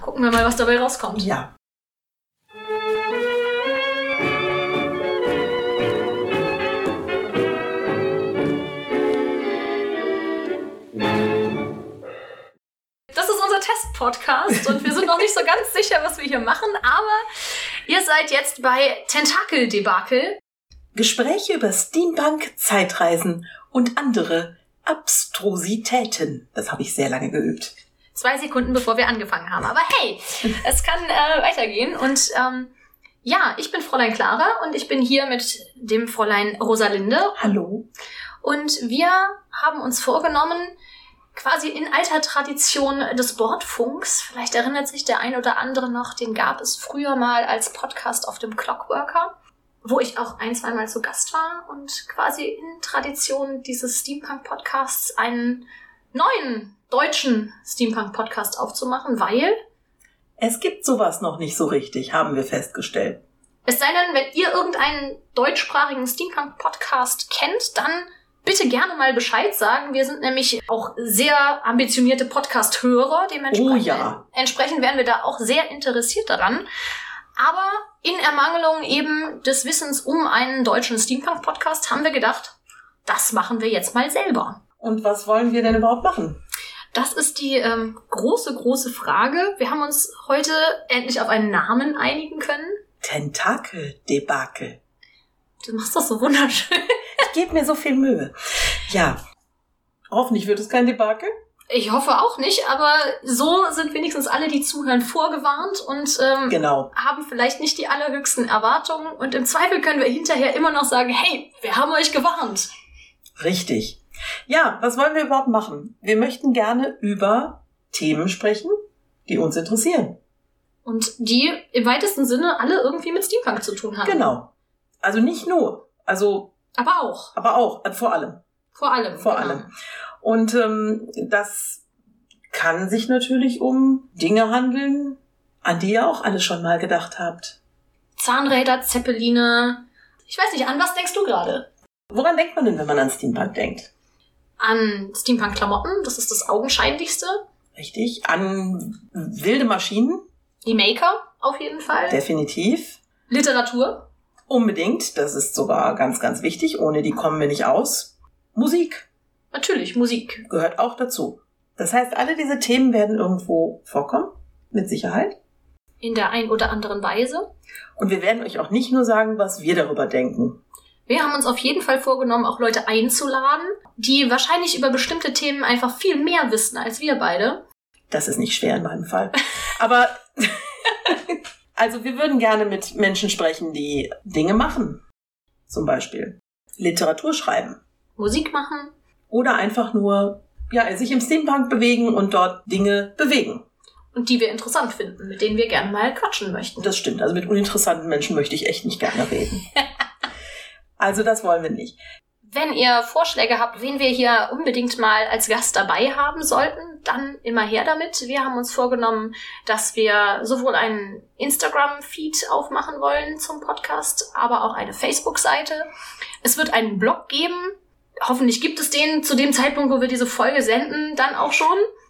Gucken wir mal, was dabei rauskommt. Ja. Das ist unser Test-Podcast und wir sind noch nicht so ganz sicher, was wir hier machen, aber ihr seid jetzt bei Tentakel-Debakel. Gespräche über Steampunk, Zeitreisen und andere Abstrusitäten. Das habe ich sehr lange geübt. Zwei Sekunden, bevor wir angefangen haben. Aber hey, es kann äh, weitergehen. Und ähm, ja, ich bin Fräulein Clara und ich bin hier mit dem Fräulein Rosalinde. Hallo. Und wir haben uns vorgenommen, quasi in alter Tradition des Bordfunks. Vielleicht erinnert sich der ein oder andere noch, den gab es früher mal als Podcast auf dem Clockworker, wo ich auch ein, zweimal zu Gast war und quasi in Tradition dieses Steampunk-Podcasts einen neuen deutschen Steampunk-Podcast aufzumachen, weil Es gibt sowas noch nicht so richtig, haben wir festgestellt. es sei denn, wenn ihr irgendeinen deutschsprachigen Steampunk-Podcast kennt, dann bitte gerne mal Bescheid sagen. Wir sind nämlich auch sehr ambitionierte Podcast-Hörer. Dementsprechend, Oh ja. entsprechend wären wir da auch sehr interessiert daran. Aber in Ermangelung eben des Wissens um einen deutschen Steampunk-Podcast haben wir gedacht, das machen wir jetzt mal selber. Und was wollen wir denn überhaupt machen? Das ist die ähm, große, große Frage. Wir haben uns heute endlich auf einen Namen einigen können. Tentakel-Debakel. Du machst das so wunderschön. Ich gebe mir so viel Mühe. Ja. Hoffentlich wird es kein Debakel. Ich hoffe auch nicht, aber so sind wenigstens alle, die zuhören, vorgewarnt und ähm, Genau. haben vielleicht nicht die allerhöchsten Erwartungen. Und im Zweifel können wir hinterher immer noch sagen, hey, wir haben euch gewarnt. Richtig. Ja, was wollen wir überhaupt machen? Wir möchten gerne über Themen sprechen, die uns interessieren. Und die im weitesten Sinne alle irgendwie mit Steampunk zu tun haben. Genau. Also nicht nur, also, Aber auch. aber auch, äh, vor allem. Vor allem. Genau. Vor allem. Und ähm, das kann sich natürlich um Dinge handeln, an die ihr auch alle schon mal gedacht habt. Zahnräder, Zeppeline. Ich weiß nicht, an was denkst du gerade? Woran denkt man denn, wenn man an Steampunk denkt? An Steampunk-Klamotten, das ist das Augenscheinlichste. Richtig? An wilde Maschinen? Die Maker, auf jeden Fall. Definitiv. Literatur. Unbedingt. Das ist sogar ganz, ganz wichtig. Ohne die kommen wir nicht aus. Musik Natürlich, Musik. gehört auch dazu. Das heißt, alle diese Themen werden irgendwo vorkommen. Mit Sicherheit. In der ein oder anderen Weise. Und wir werden euch auch nicht nur sagen, was wir darüber denken. Wir haben uns auf jeden Fall vorgenommen, auch Leute einzuladen, die wahrscheinlich über bestimmte Themen einfach viel mehr wissen als wir beide. Das ist nicht schwer in meinem Fall. Aber also wir würden gerne mit Menschen sprechen, die Dinge machen. Zum Beispiel Literatur schreiben. Musik machen, Oder einfach nur ja, sich im Steampunk bewegen und dort Dinge bewegen. und die wir interessant finden, mit denen wir gerne mal quatschen möchten. Das stimmt. Also mit uninteressanten Menschen möchte ich echt nicht gerne reden. Also das wollen wir nicht. Wenn ihr Vorschläge habt, wen wir hier unbedingt mal als Gast dabei haben sollten, dann immer her damit. Wir haben uns vorgenommen, dass wir sowohl einen Instagram-Feed aufmachen wollen zum Podcast, aber auch eine Facebook-Seite. Es wird einen Blog geben. Hoffentlich gibt es den zu dem Zeitpunkt, wo wir diese Folge senden, dann auch schon.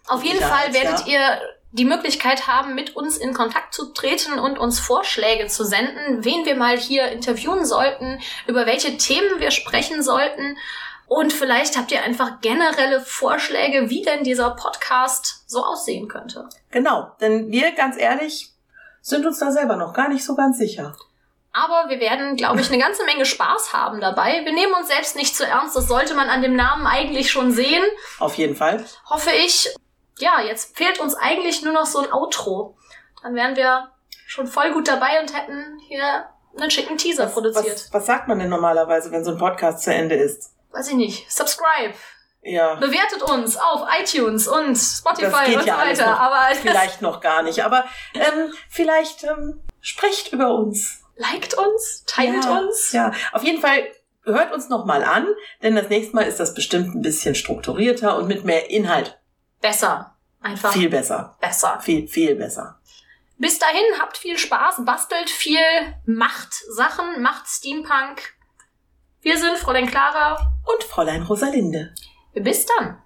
Auf jeden Ja, Fall werdet ihr die Möglichkeit haben, mit uns in Kontakt zu treten und uns Vorschläge zu senden, wen wir mal hier interviewen sollten, über welche Themen wir sprechen sollten. Und vielleicht habt ihr einfach generelle Vorschläge, wie denn dieser Podcast so aussehen könnte. Genau, denn wir, ganz ehrlich, sind uns da selber noch gar nicht so ganz sicher. Aber wir werden, glaube ich, eine ganze Menge Spaß haben dabei. Wir nehmen uns selbst nicht zu ernst. Das sollte man an dem Namen eigentlich schon sehen, Auf jeden Fall. hoffe ich. Ja, jetzt fehlt uns eigentlich nur noch so ein Outro. Dann wären wir schon voll gut dabei und hätten hier einen schicken Teaser produziert. Was, was sagt man denn normalerweise, wenn so ein Podcast zu Ende ist? Weiß ich nicht. Subscribe. Ja. Bewertet uns auf iTunes und Spotify Das geht und ja so alles weiter. noch. Aber Vielleicht noch gar nicht, aber ähm, vielleicht ähm, sprecht über uns. liked uns, teilt ja, uns. Ja, auf jeden Fall hört uns nochmal an, denn das nächste Mal ist das bestimmt ein bisschen strukturierter und mit mehr Inhalt. Besser. Einfach Viel besser. besser. Viel, viel besser. Bis dahin, habt viel Spaß, bastelt viel, macht Sachen, macht Steampunk. Wir sind Fräulein Clara. Und Fräulein Rosalinde. Bis dann.